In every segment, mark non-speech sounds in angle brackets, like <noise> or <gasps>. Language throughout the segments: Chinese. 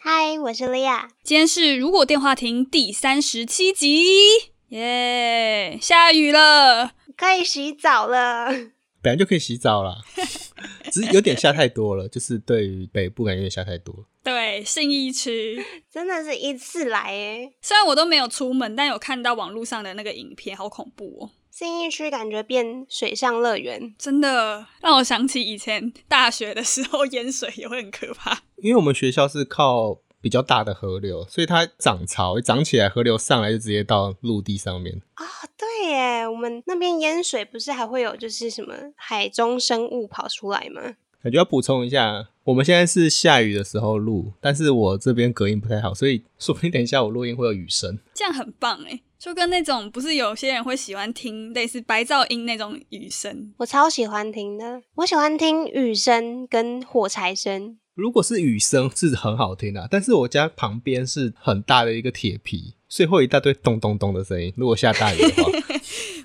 嗨，我是莉亚。今天是《如果电话亭》第三十七集，耶、下雨了，可以洗澡了。 <laughs> 本来就可以洗澡啦， <laughs> 只是有点下太多了，就是对于北部感觉有点下太多了。对，信义区。真的是一次来诶，虽然我都没有出门，但有看到网络上的那个影片，好恐怖哦！新义区感觉变水上乐园。真的让我想起以前大学的时候淹水也会很可怕。因为我们学校是靠比较大的河流，所以它涨潮涨起来，河流上来就直接到陆地上面。哦，对耶，我们那边淹水不是还会有就是什么海中生物跑出来吗？感觉要补充一下，我们现在是下雨的时候录，但是我这边隔音不太好，所以说不定等一下我录音会有雨声。这样很棒诶，就跟那种不是有些人会喜欢听类似白噪音那种雨声，我超喜欢听的，我喜欢听雨声跟火柴声。如果是雨声是很好听的、啊但是我家旁边是很大的一个铁皮，所以会有一大堆咚咚咚的声音。如果下大雨的话，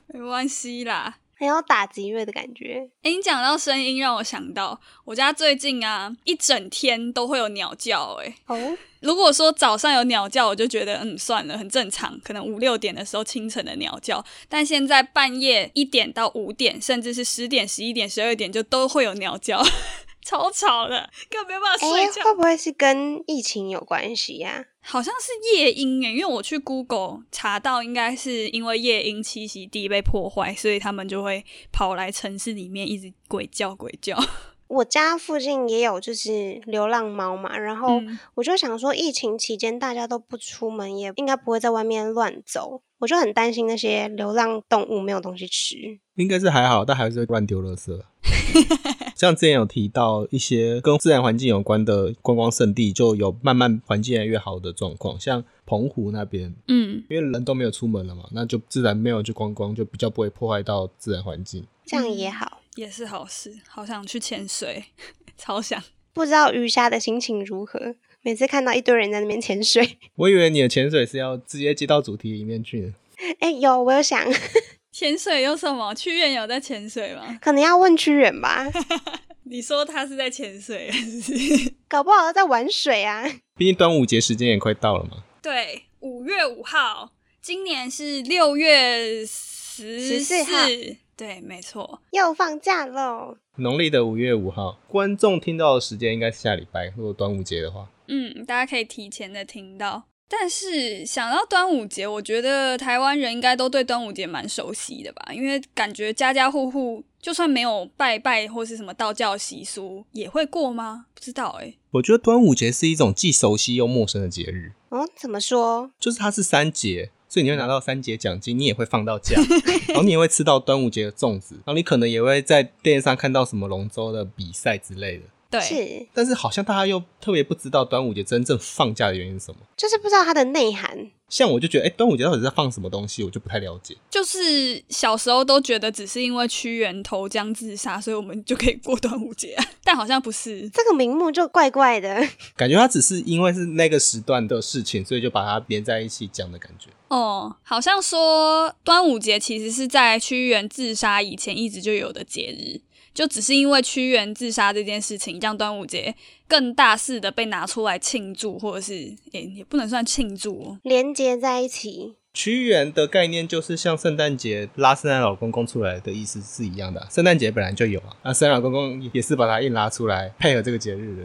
没关系啦。很有打击乐的感觉，诶，你讲到声音，让我想到我家最近啊，一整天都会有鸟叫、诶，哦，如果说早上有鸟叫，我就觉得嗯算了，很正常，可能五六点的时候清晨的鸟叫。但现在半夜一点到五点，甚至是十点、十一点、十二点，就都会有鸟叫， <laughs> 超吵的，根本没办法哎、睡觉。会不会是跟疫情有关系呀、好像是夜莺欸诶，因为我去 Google 查到，应该是因为夜莺栖息地被破坏，所以他们就会跑来城市里面一直鬼叫鬼叫。我家附近也有就是流浪猫嘛，然后嗯我就想说，疫情期间大家都不出门，也应该不会在外面乱走，我就很担心那些流浪动物没有东西吃。应该是还好，但还是会乱丢垃圾。 <laughs> 像之前有提到一些跟自然环境有关的观光胜地，就有慢慢环境越来越好的状况。像澎湖那边，嗯，因为人都没有出门了嘛，那就自然没有去观光，就比较不会破坏到自然环境。这样也好，也是好事，好想去潜水， <laughs> 超想。不知道鱼虾的心情如何。每次看到一堆人在那边潜水， <laughs> 我以为你的潜水是要直接接到主题里面去，哎、有我有想，潜水有什么？去院有在潜水吗？可能要问屈远吧，你说他是在潜水， <laughs> 是不是？搞不好在玩水啊。 <laughs> 毕竟端午节时间也快到了嘛。对，五月五号，今年是六月十14号。对，没错，又放假喽，农历的五月五号，观众听到的时间应该是下礼拜，如果端午节的话。嗯，大家可以提前的听到。但是想到端午节，我觉得台湾人应该都对端午节蛮熟悉的吧，因为感觉家家户户就算没有拜拜或是什么道教习俗，也会过吗？不知道欸诶、我觉得端午节是一种既熟悉又陌生的节日。哦，怎么说？就是它是三节，所以你会拿到三节奖金，你也会放到假，然后你也会吃到端午节的粽子，然后你可能也会在电视上看到什么龙舟的比赛之类的。对，是，但是好像大家又特别不知道端午节真正放假的原因是什么。就是不知道它的内涵。像我就觉得，哎、端午节到底在放什么东西，我就不太了解。就是小时候都觉得只是因为屈原投江自杀，所以我们就可以过端午节， <laughs> 但好像不是。这个名目就怪怪的， <laughs> 感觉它只是因为是那个时段的事情，所以就把它连在一起讲的感觉。哦，好像说端午节其实是在屈原自杀以前一直就有的节日，就只是因为屈原自杀这件事情，让端午节更大肆的被拿出来庆祝，或者是也也不能算庆祝哦。 <laughs> 连接在一起。屈原的概念就是像圣诞节拉圣诞老公公出来的意思是一样的啊、圣诞节本来就有啊，那圣诞老公公也是把它硬拉出来配合这个节日的。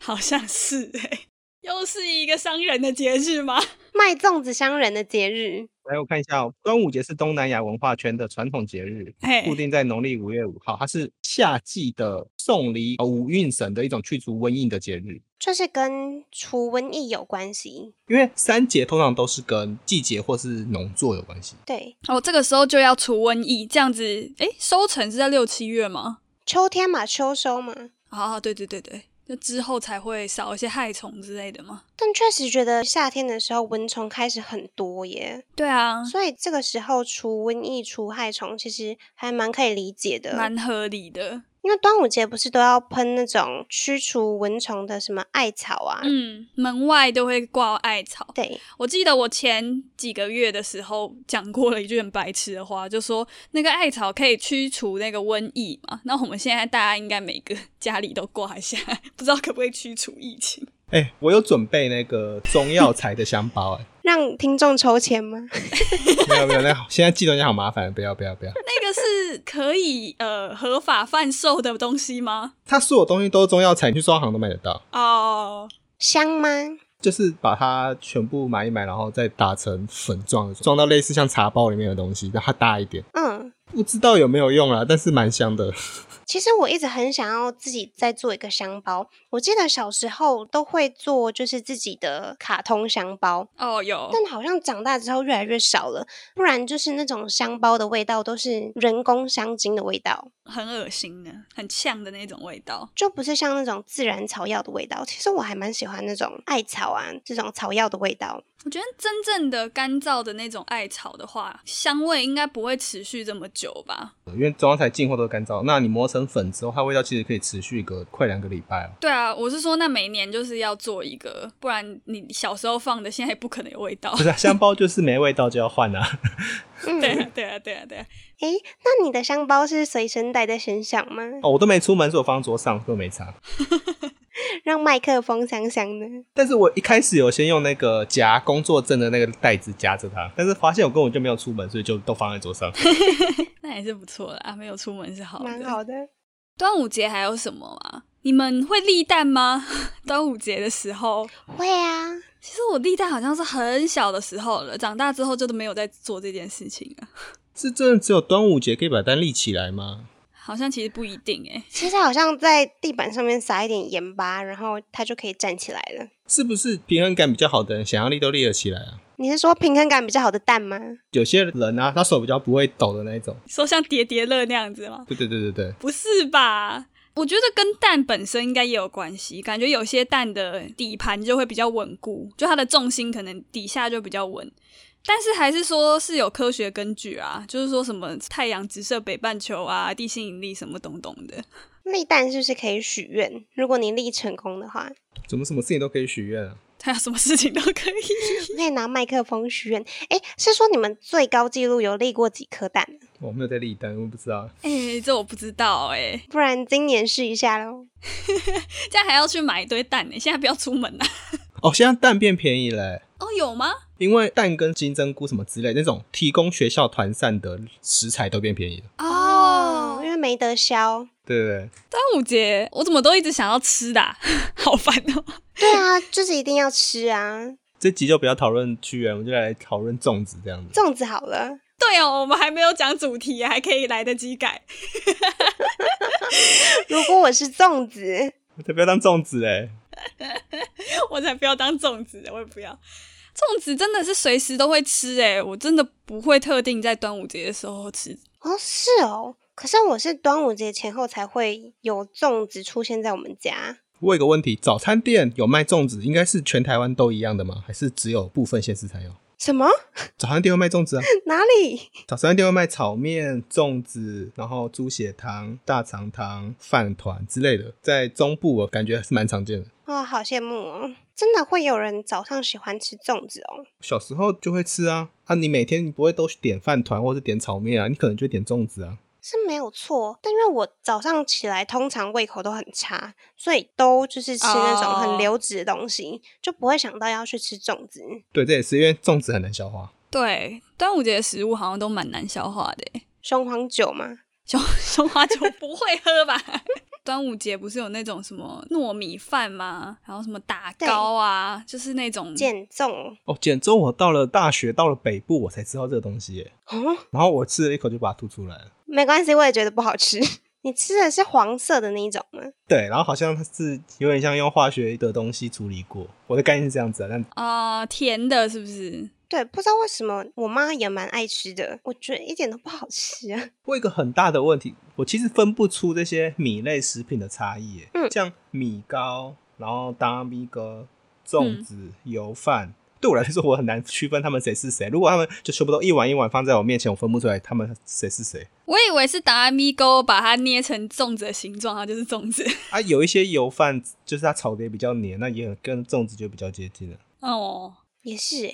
好像是诶、又是一个商人的节日吗？卖粽子商人的节日，来，我看一下、哦，端午节是东南亚文化圈的传统节日，嘿固定在农历五月五号，它是夏季的送礼呃五运神的一种去除瘟疫的节日。就是跟除瘟疫有关系。因为三节通常都是跟季节或是农作有关系，对，哦，这个时候就要除瘟疫，这样子，诶，收成是在六七月吗？秋天嘛，秋收嘛，啊，对对对对，就之后才会少一些害虫之类的吗？但确实觉得夏天的时候蚊虫开始很多耶，对啊，所以这个时候除瘟疫、除害虫，其实还蛮可以理解的。蛮合理的。因为端午节不是都要喷那种驱除蚊虫的什么艾草啊？嗯，门外都会挂艾草。对，我记得我前几个月的时候讲过了一句很白痴的话，就说那个艾草可以驱除那个瘟疫嘛。那我们现在大家应该每个 <laughs> 家里都挂一下， <laughs> 不知道可不可以驱除疫情？哎、我有准备那个中药材的香包、哎， <laughs> 让听众抽签吗？没有没有，那好现在寄东西好麻烦，不要不要不要。那个是可以呃合法贩售的东西吗？它所有东西都是中药材，你去中药行都买得到。哦，香吗？就是把它全部买一买，然后再打成粉状的，装到类似像茶包里面的东西，让它大一点。嗯，不知道有没有用啊，但是蛮香的。 <laughs> 其实我一直很想要自己再做一个香包。我记得小时候都会做，就是自己的卡通香包，哦有，但好像长大之后越来越少了。不然就是那种香包的味道都是人工香精的味道，很恶心的，很呛的那种味道。就不是像那种自然草药的味道。其实我还蛮喜欢那种艾草啊这种草药的味道。我觉得真正的干燥的那种艾草的话，香味应该不会持续这么久吧？因为中药材进货都是干燥，那你磨成粉之后，它味道其实可以持续个快两个礼拜哦。对啊，我是说，那每年就是要做一个，不然你小时候放的，现在也不可能有味道不。是、啊、香包，就是没味道就要换啊。 <laughs> 嗯，对啊，对啊，对啊，对啊。诶，那你的香包是随身带在身上吗？哦，我都没出门，所以我放桌上，所以我没擦。让麦克风香香的。但是我一开始有先用那个夹工作证的那个袋子夹着它，但是发现我根本就没有出门，所以就都放在桌上。 <laughs> 那也是不错啦，啊没有出门是好的。蛮好的，端午节还有什么啊？你们会立蛋吗？ <laughs> 端午节的时候，会啊，其实我立蛋好像是很小的时候了，长大之后就都没有在做这件事情了。是真的只有端午节可以把蛋立起来吗？好像其实不一定欸诶、其实好像在地板上面撒一点盐巴，然后它就可以站起来了。是不是平衡感比较好的人想要立都立得起来啊？你是说平衡感比较好的蛋吗？有些人啊，他手比较不会抖的那一种。说像叠叠乐那样子吗？对对对对对，不是吧？我觉得跟蛋本身应该也有关系，感觉有些蛋的底盘就会比较稳固，就它的重心可能底下就比较稳。但是还是说是有科学根据啊，就是说什么太阳直射北半球啊，地心引力什么东东的。立蛋是不是可以许愿？如果你立成功的话，怎么什么事情都可以许愿啊？它有什么事情都可以。你可以拿麦克风许愿。诶，是说你们最高纪录有立过几颗蛋？哦我没有在立蛋，我不知道。 <laughs> 哎、这我不知道哎、不然今年试一下喽。这样还要去买一堆蛋呢、现在不要出门啊。哦，现在蛋变便宜嘞、哦，有吗？因为蛋跟金针菇什么之类那种提供学校团膳的食材都变便宜了。哦，因为没得削。对对对，端午节我怎么都一直想要吃的、啊， <laughs> 好烦哦、对啊，就是一定要吃啊，这集就不要讨论屈原，我们就来讨论粽子这样子。粽子好了。对哦，我们还没有讲主题，还可以来得及改。 <laughs> 如果我是粽子，我才不要当粽子嘞！我才不要当粽子，我也不要。粽子真的是随时都会吃诶、我真的不会特定在端午节的时候吃。哦，是哦。可是我是端午节前后才会有粽子出现在我们家，我有个问题，早餐店有卖粽子，应该是全台湾都一样的吗？还是只有部分县市才有？什么？ <laughs> 早餐店会卖粽子啊， <laughs> 哪里？ <laughs> 早餐店会卖炒面、粽子，然后猪血汤、大肠汤、饭团之类的，在中部我感觉是蛮常见的。哦，好羡慕哦！真的会有人早上喜欢吃粽子哦？小时候就会吃啊，啊，你每天你不会都去点饭团或是点炒面啊，你可能就点粽子啊。是没有错，但因为我早上起来通常胃口都很差，所以都就是吃那种哦很流质的东西就不会想到要去吃粽子。对，这也是因为粽子很难消化。对，端午节的食物好像都蛮难消化的欸 <laughs> 耶。雄黄酒嘛，熊熊花酒不会喝吧？ <laughs> 端午节不是有那种什么糯米饭吗？然后什么打糕啊，就是那种减重哦，简中我到了大学，到了北部，我才知道这个东西耶。哦，然后我吃了一口就把它吐出来了。没关系，我也觉得不好吃。 <laughs> 你吃的是黄色的那一种吗？对，然后好像它是有点像用化学的东西处理过，我的概念是这样子啊。但啊、甜的，是不是？对，不知道为什么我妈也蛮爱吃的，我觉得一点都不好吃啊。 <laughs> 我有一个很大的问题，我其实分不出这些米类食品的差异耶，嗯像米糕，然后大米糕、粽子、油饭。对我来说，我很难区分他们谁是谁。如果他们就全部都一碗一碗放在我面前，我分不出来他们谁是谁我以为是达阿咪勾把它捏成粽子的形状，它就是粽子。 <laughs> 啊。有一些油饭就是它炒的也比较黏，那也跟粽子就比较接近了。哦，也是哎、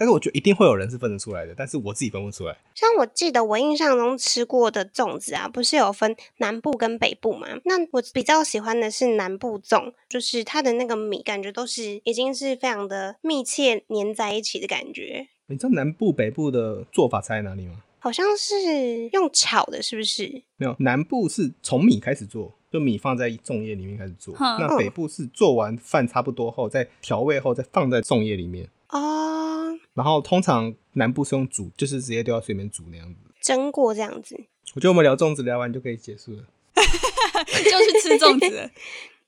但是我觉得一定会有人是分得出来的，但是我自己分不出来。像我记得我印象中吃过的粽子啊，不是有分南部跟北部嘛？那我比较喜欢的是南部粽，就是它的那个米感觉都是已经是非常的密切粘在一起的感觉，你知道南部北部的做法差在哪里吗？好像是用炒的，是不是？没有，南部是从米开始做，就米放在粽叶里面开始做。哼那北部是做完饭差不多后，再调味后再放在粽叶里面。哦，然后通常南部是用煮，就是直接丢到水里面煮那样子。蒸过这样子，我觉得我们聊粽子聊完就可以结束了。 <laughs> 就去吃粽子 <laughs> 了。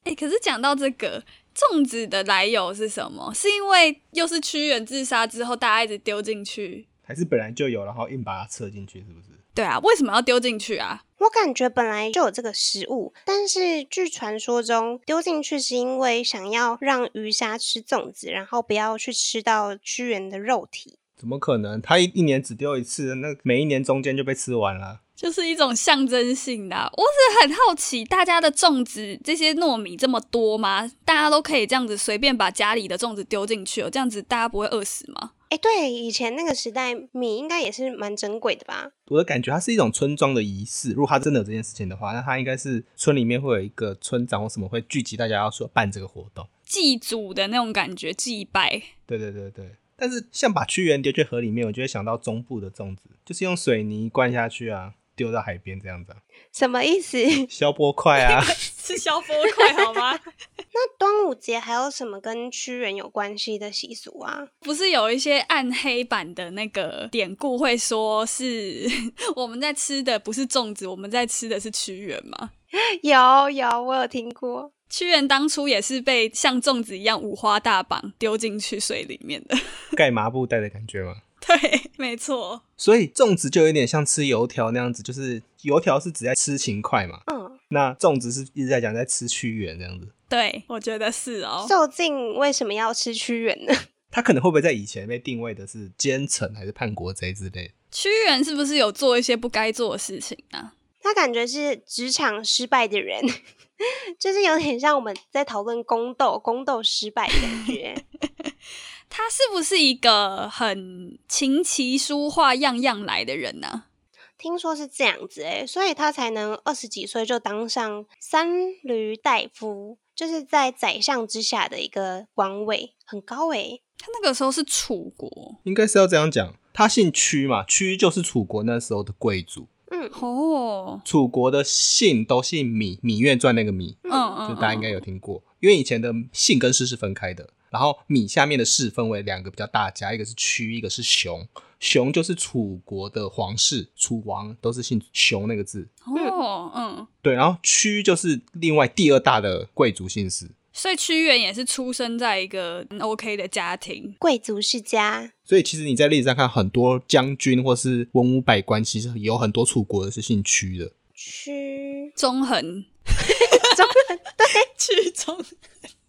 哎、可是讲到这个粽子的来由是什么？是因为又是屈原自杀之后，大家一直丢进去。还是本来就有，然后硬把它撤进去，是不是？对啊，为什么要丢进去啊？我感觉本来就有这个食物，但是据传说中丢进去是因为想要让鱼虾吃粽子，然后不要去吃到屈原的肉体。怎么可能？它一一年只丢一次，那每一年中间就被吃完了。就是一种象征性的啊、我只很好奇，大家的粽子这些糯米这么多吗？大家都可以这样子随便把家里的粽子丢进去哦，这样子大家不会饿死吗？哎，对，以前那个时代米应该也是蛮珍贵的吧？我的感觉，它是一种村庄的仪式。如果它真的有这件事情的话，那它应该是村里面会有一个村长或什么会聚集大家要说办这个活动。祭祖的那种感觉，祭拜。对对对对。但是像把屈原丢去河里面，我就会想到中部的粽子，就是用水泥灌下去啊，丢到海边这样子、啊，什么意思？ <laughs> 消波块啊。 <laughs> 吃消波块好吗？那端午节还有什么跟屈原有关系的习俗啊？不是有一些暗黑版的那个典故会说是 <laughs> 我们在吃的不是粽子，我们在吃的是屈原吗？ <laughs> 有有，我有听过。屈原当初也是被像粽子一样五花大绑丢进去水里面的。 <laughs> 盖麻布袋的感觉吗？对，没错。所以粽子就有点像吃油条那样子，就是油条是只在吃勤快嘛，嗯，那粽子是一直在讲在吃屈原这样子。对，我觉得是哦。究竟为什么要吃屈原呢？ <laughs> 他可能会不会在以前被定位的是奸臣还是叛国贼之类的？屈原是不是有做一些不该做的事情啊？他感觉是职场失败的人， <laughs> 就是有点像我们在讨论宫斗，宫斗失败的感觉。他是不是一个很琴棋书画样样来的人呢、啊听说是这样子诶、欸所以他才能二十几岁就当上三闾大夫，就是在宰相之下的一个官位，很高欸诶、他那个时候是楚国应该是要这样讲，他姓屈嘛，屈就是楚国那时候的贵族，嗯哦，楚国的姓都姓芈，《芈月传》那个芈，嗯就嗯，大家应该有。有听过，因为以前的姓跟氏是分开的，然后米下面的氏分为两个比较大家，一个是屈，一个是熊。熊就是楚国的皇室，楚王都是姓熊那个字。哦，嗯，对，然后屈就是另外第二大的贵族姓氏，所以屈原也是出生在一个很 OK 的家庭，贵族世家。所以其实你在历史上看，很多将军或是文武百官，其实有很多楚国的是姓屈的。 <laughs> 屈中横，中横，对，屈中，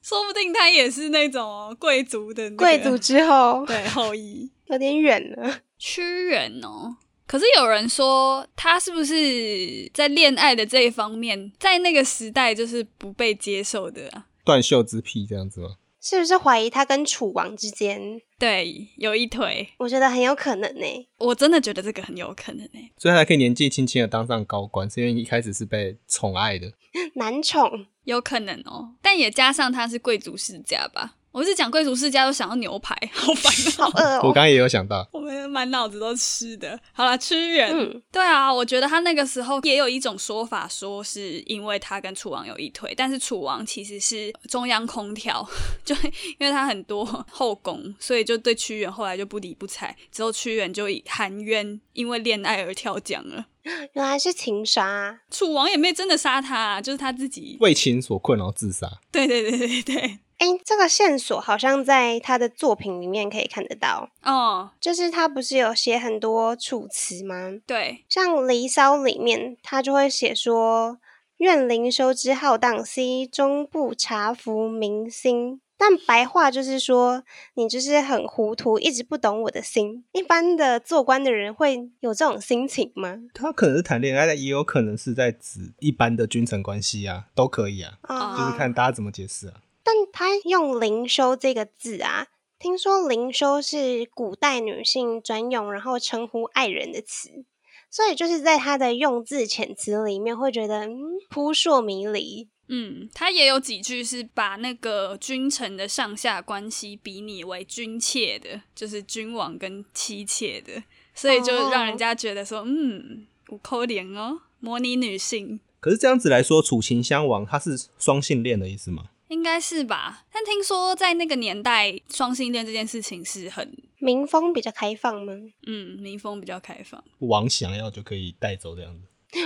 说不定他也是那种哦贵族的那个贵族之后对后裔。有点远了，屈原哦。可是有人说，他是不是在恋爱的这一方面，在那个时代就是不被接受的啊？断袖之癖这样子吗？是不是怀疑他跟楚王之间？对，有一腿，我觉得很有可能欸呢、我真的觉得这个很有可能欸诶、所以他才可以年纪轻轻的当上高官，是因为一开始是被宠爱的。哦男宠有可能哦。但也加上他是贵族世家吧。我是讲贵族世家都想要牛排，好烦好哦。饿我哦、刚刚也有想到，我们满脑子都吃的。好啦，屈原，嗯，对啊，我觉得他那个时候也有一种说法，说是因为他跟楚王有一腿，但是楚王其实是中央空调， <laughs> 就因为他很多后宫，所以就对屈原后来就不理不睬。之后屈原就以含冤，因为恋爱而跳江了。原来是情杀、啊。啊楚王也没真的杀他、就是他自己。为情所困然后自杀。对对对对对，哎、哎，这个线索好像在他的作品里面可以看得到，哦，就是他不是有写很多楚辞吗？对，像《离骚》里面，他就会写说：“愿灵修之浩荡兮，终不察服民心。”但白话就是说，你就是很糊涂，一直不懂我的心。一般的做官的人会有这种心情吗？他可能是谈恋爱，但也有可能是在指一般的君臣关系啊，都可以啊，啊就是看大家怎么解释啊。但他用“灵修”这个字啊，听说“灵修”是古代女性专用，然后称呼爱人的词，所以就是在他的用字遣词里面，会觉得嗯扑朔迷离。嗯，他也有几句是把那个君臣的上下关系比拟为君妾的，就是君王跟妻妾的，所以就让人家觉得说，嗯，五扣脸哦，模拟女性可是这样子来说，楚秦襄王他是双性恋的意思吗？应该是吧？但听说在那个年代，双性恋这件事情是很，民风比较开放吗？嗯，民风比较开放。王想要就可以带走这样子。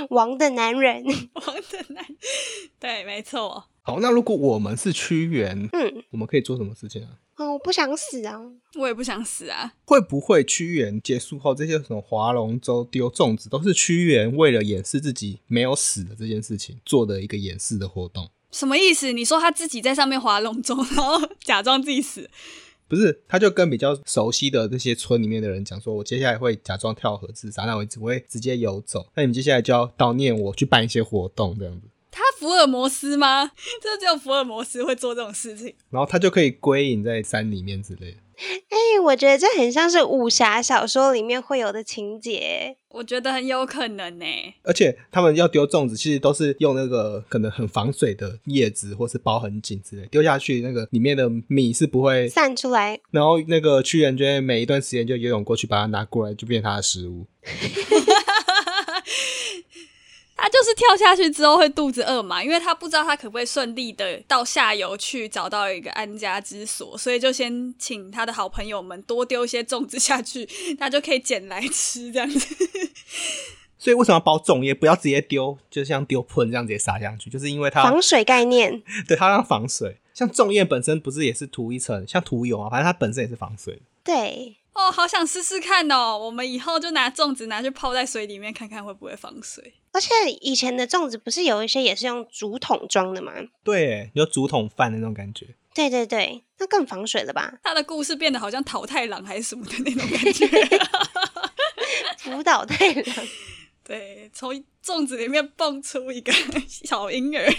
王的男人，王的男，对，没错，好，那如果我们是屈原，嗯，我们可以做什么事情啊？哦，我不想死啊！我也不想死啊。会不会屈原结束后，这些什么划龙舟、丢粽子，都是屈原为了掩饰自己没有死的这件事情做的一个掩饰的活动？什么意思？你说他自己在上面划龙舟，然后假装自己死？不是，他就跟比较熟悉的这些村里面的人讲说，我接下来会假装跳河自杀，那我只会直接游走，那你们接下来就要悼念我，去办一些活动这样子，他福尔摩斯吗？ <laughs> 这只有福尔摩斯会做这种事情。然后他就可以归隐在山里面之类的。哎、我觉得这很像是武侠小说里面会有的情节。我觉得很有可能呢、欸而且他们要丢粽子，其实都是用那个可能很防水的叶子或是包很紧之类，丢下去那个里面的米是不会散出来，然后那个屈原就会每一段时间就游泳过去把它拿过来，就变成他的食物。他就是跳下去之后会肚子饿嘛，因为他不知道他可不可以顺利的到下游去找到一个安家之所，所以就先请他的好朋友们多丢一些粽子下去，他就可以捡来吃这样子。 <laughs> 所以为什么要包粽叶？不要直接丢，就像丢盆这样直接撒下去，就是因为它防水概念。对它让防水。像粽叶本身不是也是涂一层，像涂油啊，反正它本身也是防水的。对，哦，好想试试看哦！我们以后就拿粽子拿去泡在水里面，看看会不会防水。而且以前的粽子不是有一些也是用竹筒装的吗？对，有竹筒饭的那种感觉。对对对，那更防水了吧？他的故事变得好像桃太郎还是什么的那种感觉。福岛太郎，对，从粽子里面蹦出一个 <laughs> 小婴儿。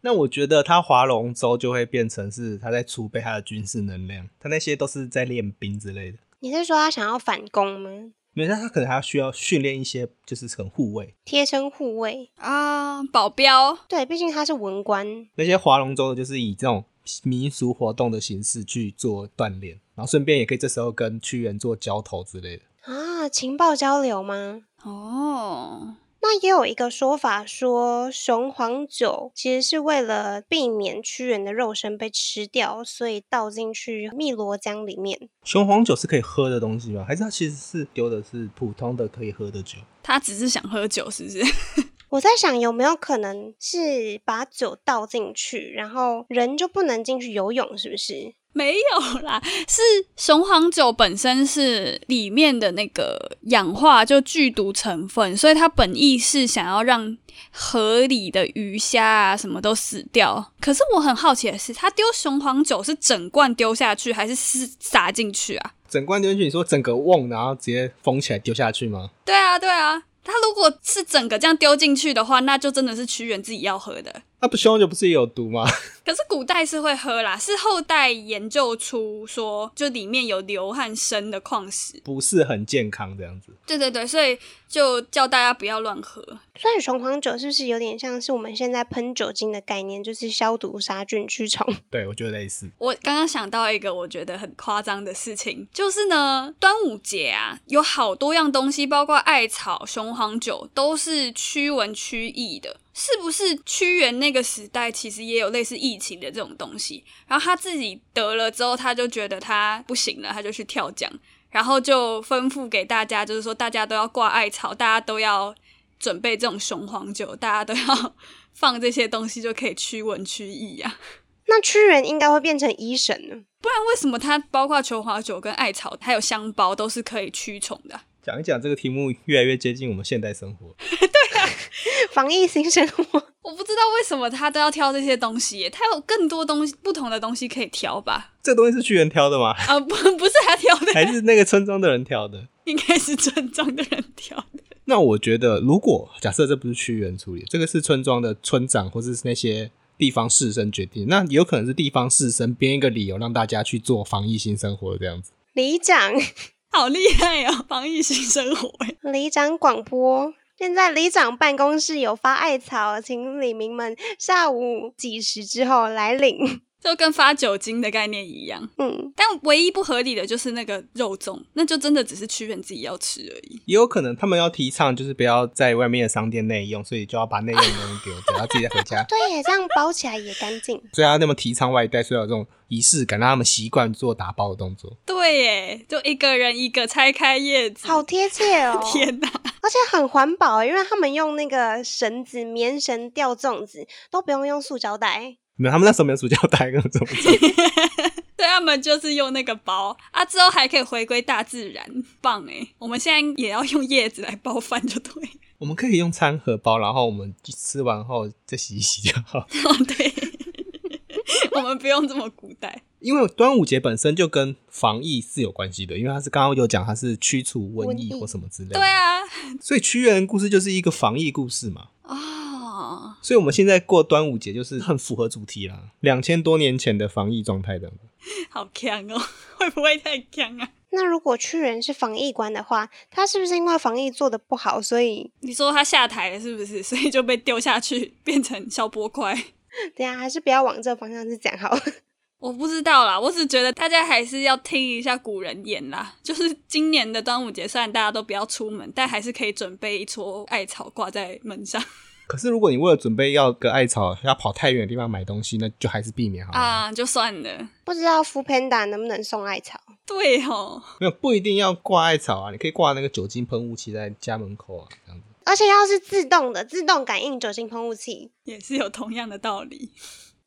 那我觉得他划龙舟就会变成是他在储备他的军事能量，他那些都是在练兵之类的。 <laughs> 你是说他想要反攻吗？没有，但他可能还要需要训练一些，就是很护卫。贴身护卫，啊，保镖对，毕竟他是文官，那些划龙舟的，就是以这种民俗活动的形式去做锻炼，然后顺便也可以这时候跟屈原做交头之类的。啊，情报交流吗？哦，那也有一个说法说，雄黄酒其实是为了避免屈原的肉身被吃掉，所以倒进去汨罗江里面。雄黄酒是可以喝的东西吗？还是它其实是丢的是普通的可以喝的酒？他只是想喝酒，是不 <laughs> 是？我在想，有没有可能是把酒倒进去，然后人就不能进去游泳，是不是？没有啦，是雄黄酒本身是里面的那个氧化就剧毒成分，所以它本意是想要让河里的鱼虾啊什么都死掉。可是我很好奇的是，他丢雄黄酒是整罐丢下去，还是是撒进去啊？整罐丢进去，你说整个瓮，然后直接封起来丢下去吗？对啊，对啊，他如果是整个这样丢进去的话，那就真的是屈原自己要喝的。那、不雄黄酒不是也有毒吗？ <laughs> 可是古代是会喝啦，是后代研究出说，就里面有硫和砷的矿石。不是很健康这样子。对对对，所以就叫大家不要乱喝。所以雄黄酒是不是有点像是我们现在喷酒精的概念，就是消毒、杀菌、驱虫？ <laughs> 对，我觉得类似。我刚刚想到一个我觉得很夸张的事情，就是呢，端午节啊，有好多样东西，包括艾草、雄黄酒，都是驱蚊驱疫的。是不是屈原那个时代其实也有类似疫情的这种东西？然后他自己得了之后，他就觉得他不行了，他就去跳江，然后就吩咐给大家，就是说大家都要挂艾草，大家都要准 <laughs> 备这种雄黄酒，大家都要放这些东西就可以驱蚊驱疫啊。那屈原应该会变成医神呢。不然为什么它包括球花酒跟艾草还有香包都是可以驱虫的啊、讲一讲这个题目越来越接近我们现代生活，防疫新生活， <laughs> 我不知道为什么他都要挑这些东西耶，他有更多东西不同的东西可以 <laughs> 挑吧？这个东西是屈原挑的吗？ <laughs> 啊、不不是他挑的，还是那个村庄的人挑的？应该是村庄的人挑的。那我觉得，如果假设这不是屈原处理，这个是村庄的村长或是那些地方士绅决定，那有可能是地方士绅编一个理由让大家去做防疫新生活这样子。里长，好厉害哦，防疫新生活欸耶！里长广播。现在里长办公室有发艾草，请里民们下午几时之后来领。就跟发酒精的概念一样，嗯，但唯一不合理的就是那个肉粽，那就真的只是屈原自己要吃而已。也有可能他们要提倡就是不要在外面的商店内用，所以就要把内用的东西丢掉，然后自己再回家。对耶，这样包起来也干净。所以他那么提倡外带，所以有这种仪式感，让他们习惯做打包的动作。对耶，就一个人一个拆开叶子，！好贴切哦天哪！而且很环保耶，欸因为他们用那个绳子、棉绳吊粽子，都不用用塑胶袋。没有，他们那时候没有塑胶袋，跟怎么做？ <laughs> 对他们就是用那个包啊，之后还可以回归大自然，棒哎！我们现在也要用叶子来包饭就对了。我们可以用餐盒包，然后我们吃完后再洗一洗就好。 <laughs> 哦，对， <laughs> 我们不用这么古代。因为端午节本身就跟防疫是有关系的，因为它是刚刚有讲它是驱除瘟疫瘟疫或什么之类的。对，啊，所以屈原的故事就是一个防疫故事嘛。哦，所以我们现在过端午节就是很符合主题啦，两千多年前的防疫状态的。好强哦， <laughs> 会不会太强啊？那如果屈原是防疫官的话，他是不是因为防疫做的不好，所以你说他下台了是不是？所 <laughs> 以就被丢下去，变成消波块？等一下啊还是不要往这方向去讲好了？ <laughs> 我不知道啦，我只觉得大家还是要听一下古人言啦。就是今年的端午节，虽然大家都不要出门，但还是可以准备一撮艾草挂在门上可是如果你为了准备要个艾草，要跑太远的地方买东西，那就还是避免好了。啊，就算了。不知道 f o o Panda 能不能送艾草？对哦，没有不一定要挂艾草啊，你可以挂那个酒精喷雾器在家门口啊，这样子。而且要是自动的，自动感应酒精喷雾器也是有同样的道理。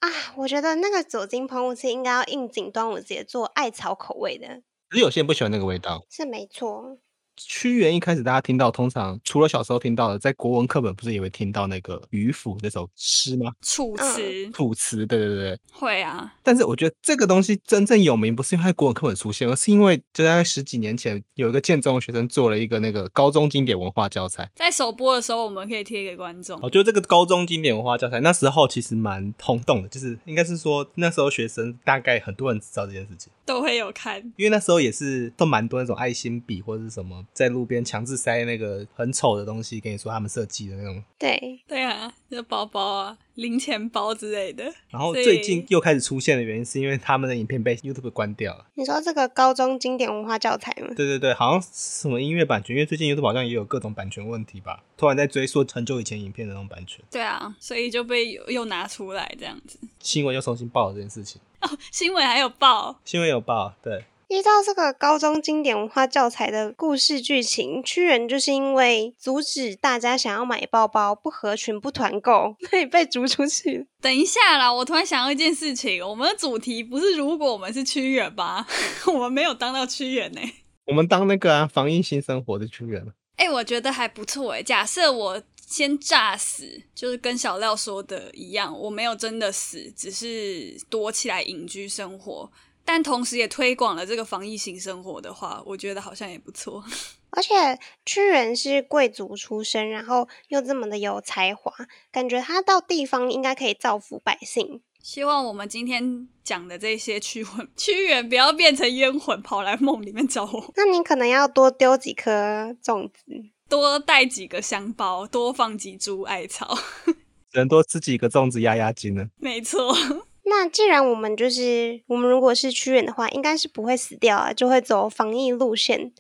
啊！我觉得那个酒精喷雾器应该要应景端午节做艾草口味的，可是有些人不喜欢那个味道。是没错。屈原一开始大家听到，通常除了小时候听到的，在国文课本不是也会听到那个《渔父》那首诗吗？楚辞、楚辞，对对对。嗯会啊，但是我觉得这个东西真正有名，不是因为它国文课本出现，而是因为就在十几年前，有一个建中的学生做了一个那个高中经典文化教材。在首播的时候，我们可以贴给观众哦我。觉得这个高中经典文化教材那时候其实蛮轰动的，就是应该是说那时候学生大概很多人知道这件事情，都会有看。因为那时候也是都蛮多那种爱心笔或者是什么在路边强制塞那个很丑的东西，跟你说他们设计的那种。对，对啊，就包包啊、零钱包之类的。然后对最近又开始出现的原因是因为他们的影片被 YouTube 关掉了。你说这个高中经典文化教材吗？对对对，好像什么音乐版权，因为最近 YouTube 好像也有各种版权问题吧，突然在追溯很久以前影片的那种版权，对啊，所以就被又又拿出来这样子。新闻又重新报了这件事情，哦，新闻还有报，新闻有报，对，依照这个高中经典文化教材的故事剧情，屈原就是因为阻止大家想要买包包、不合群、不团购， <laughs> 所以被逐出去。等一下啦，我突然想到一件事情，我们的主题不是如果我们是屈原吧？ <laughs> 我们没有当到屈原呢、我们当那个啊防疫新生活的屈原。哎、我觉得还不错哎、假设我先炸死，就是跟小廖说的一样，我没有真的死，只是躲起来隐居生活，但同时也推广了这个防疫型生活的话，我觉得好像也不错。 <laughs> 而且屈原是贵族出身，然后又这么的有才华，感觉他到地方应该可以造福百姓。希望我们今天讲的这些屈 <laughs> 魂屈原不要变成冤魂跑来梦里面找我，那你可能要多丢几颗种子。多带几个香包，多放几株艾草。只能多吃几个粽子压压惊了。没错， <laughs> 那既然我们就是我们如果是屈原的话，应该是不会死掉啊，就会走防疫路线。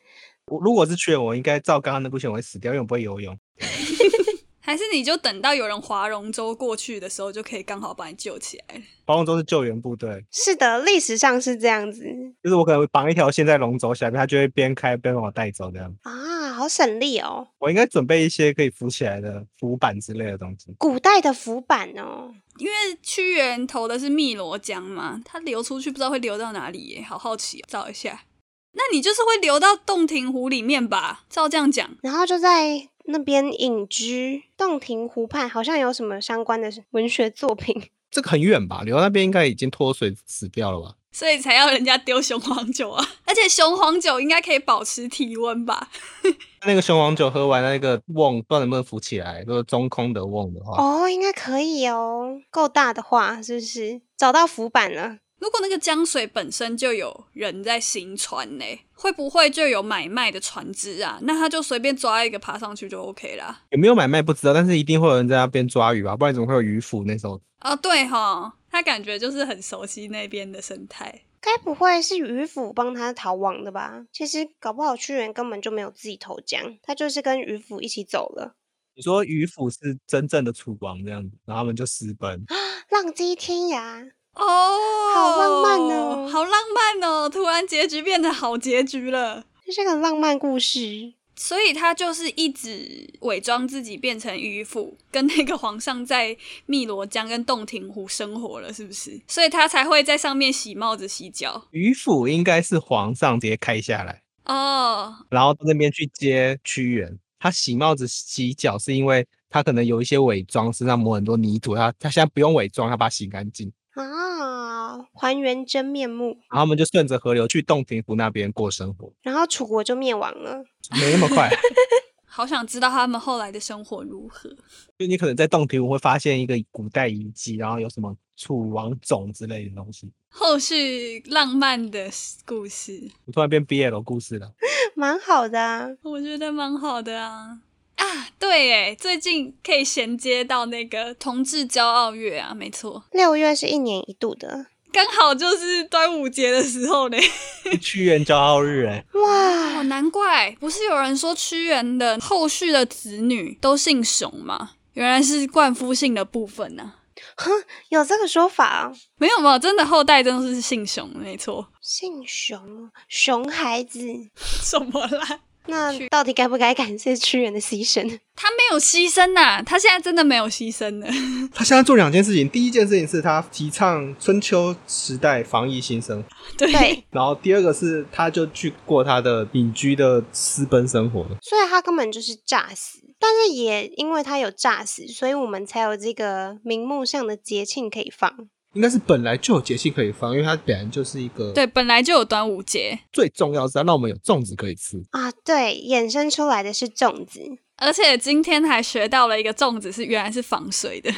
我如果是屈原，我应该照刚刚那路线，我会死掉，因为我不会游泳。还是你就等到有人划龙舟过去的时候，就可以刚好把你救起来了。划龙舟是救援部队，是的，历史上是这样子。就是我可能会绑一条线在龙舟下面，它就会边开边把我带走这样。啊，好省力哦。我应该准备一些可以浮起来的浮板之类的东西。古代的浮板哦，因为屈原投的是汨罗江嘛，它流出去不知道会流到哪里耶，好好奇、哦，找一下。那你就是会流到洞庭湖里面吧？照这样讲，然后就在那边隐居。洞庭湖畔好像有什么相关的文学作品，这个很远吧？流到那边应该已经脱水死掉了吧？所以才要人家丢雄黄酒啊！ <laughs> 而且雄黄酒应该可以保持体温吧？那个雄黄酒喝完那个瓮，不知道能不能浮起来。如果中空的瓮的话，哦，应该可以哦，够大的话是不是找到浮板了？如果那个江水本身就有人在行船呢，会不会就有买卖的船只啊？那他就随便抓一个爬上去就 OK 啦。有没有买卖不知道，但是一定会有人在那边抓鱼吧？不然怎么会有渔夫那时候？哦，对哈，他感觉就是很熟悉那边的生态。该不会是渔夫帮他逃亡的吧？其实搞不好屈原根本就没有自己投江，他就是跟渔夫一起走了。你说渔夫是真正的楚王这样子，然后他们就私 <gasps> 奔，浪迹天涯，哦，好浪漫哦好浪漫哦！突然结局变得好结局了，这是个浪漫故事。所以他就是一直伪装自己变成渔夫，跟那个皇上在汨罗江跟洞庭湖生活了，是不是？所以他才会在上面洗帽子、洗脚。渔府应该是皇上直接开下来，哦，然后到那边去接屈原。他洗帽子、洗脚是因为他可能有一些伪装，身上抹很多泥土，他他现在不用伪装，他把它洗干净。啊，还原真面目，然后他们就顺着河流去洞庭湖那边过生活，然后楚国就灭亡了。 <laughs> 没那么快。 <laughs> 好想知道他们后来的生活如何。就你可能在洞庭湖会发现一个古代遗迹，然后有什么楚王冢之类的东西。后续浪漫的故事，我突然变 BL 故事了，蛮好的、啊。我觉得蛮好的啊。啊，对耶，最近可以衔接到那个同志骄傲月啊，没错，六月是一年一度的，刚好就是端午节的时候呢。屈原骄傲日哎、哦，哇，难怪不是有人说屈原的后续的子女都姓熊吗？原来是冠夫姓的部分呢、啊。有这个说法、哦。没有没有，真的后代真的是姓熊，没错。姓熊哦，熊孩子，什么啦？那到底该不该感谢屈原的牺牲？他没有牺牲呐、他现在真的没有牺牲呢。 <laughs> 他现在做两件事情，第一件事情是他提倡春秋时代防疫新生活， <laughs> 对，对，然后第二个是他就去过他的隐居的私奔生活。所以他根本就是诈死。但是也因为他有诈死，所以我们才有这个名目上的节庆可以放。应该是本来就有节气可以放，因为它本来就是一个对本来就有端午节，最重要的是要让我们有粽子可以吃。啊，对，衍生出来的是粽子，而且今天还学到了一个粽子是原来是防水的，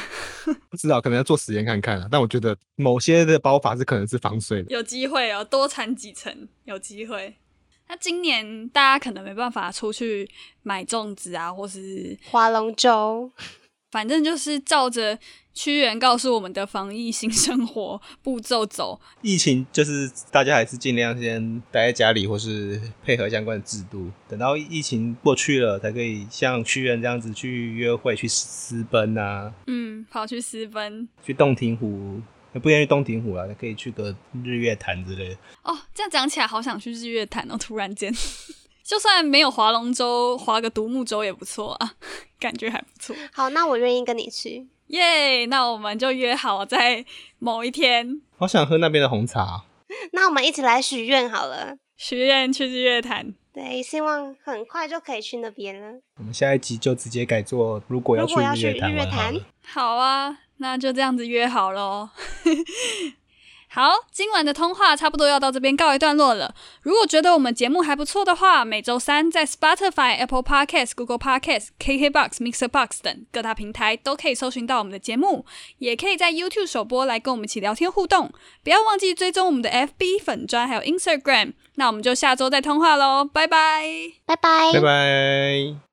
不知道可能要做实验看看啊，但我觉得某些的包法是可能是防水的。有机会哦，多产几层，有机会。那今年大家可能没办法出去买粽子啊，或是划龙舟。 <laughs> 反正就是照着屈原告诉我们的防疫新生活步骤走，疫情就是大家还是尽量先待在家里，或是配合相关的制度，等到疫情过去了，才可以像屈原这样子去约会、去私奔啊，嗯，跑去私奔去洞庭湖，不一定去洞庭湖啦，啊可以去个日月潭之类的。哦。这样讲起来，好想去日月潭哦！突然间， <laughs> 就算没有划龙舟，划个独木舟也不错啊， <laughs> 感觉还不错。好，那我愿意跟你去。耶那我们就约好在某一天好想喝那边的红茶哦、那我们一起来许愿好了。许愿去日月潭。对，希望很快就可以去那边了。我们下一集就直接改做，如果要如去果要日月去潭日月玩好潭了。好啊，那就这样子约好喽。 <laughs> 好，今晚的通话差不多要到这边告一段落了。如果觉得我们节目还不错的话，每周三在 Spotify、Apple Podcast、Google Podcast、KKBox、Mixer Box 等各大平台都可以搜寻到我们的节目，也可以在 YouTube 首播来跟我们一起聊天互动。不要忘记追踪我们的 FB 粉砖还有 Instagram。那我们就下周再通话喽，拜拜。拜拜拜拜。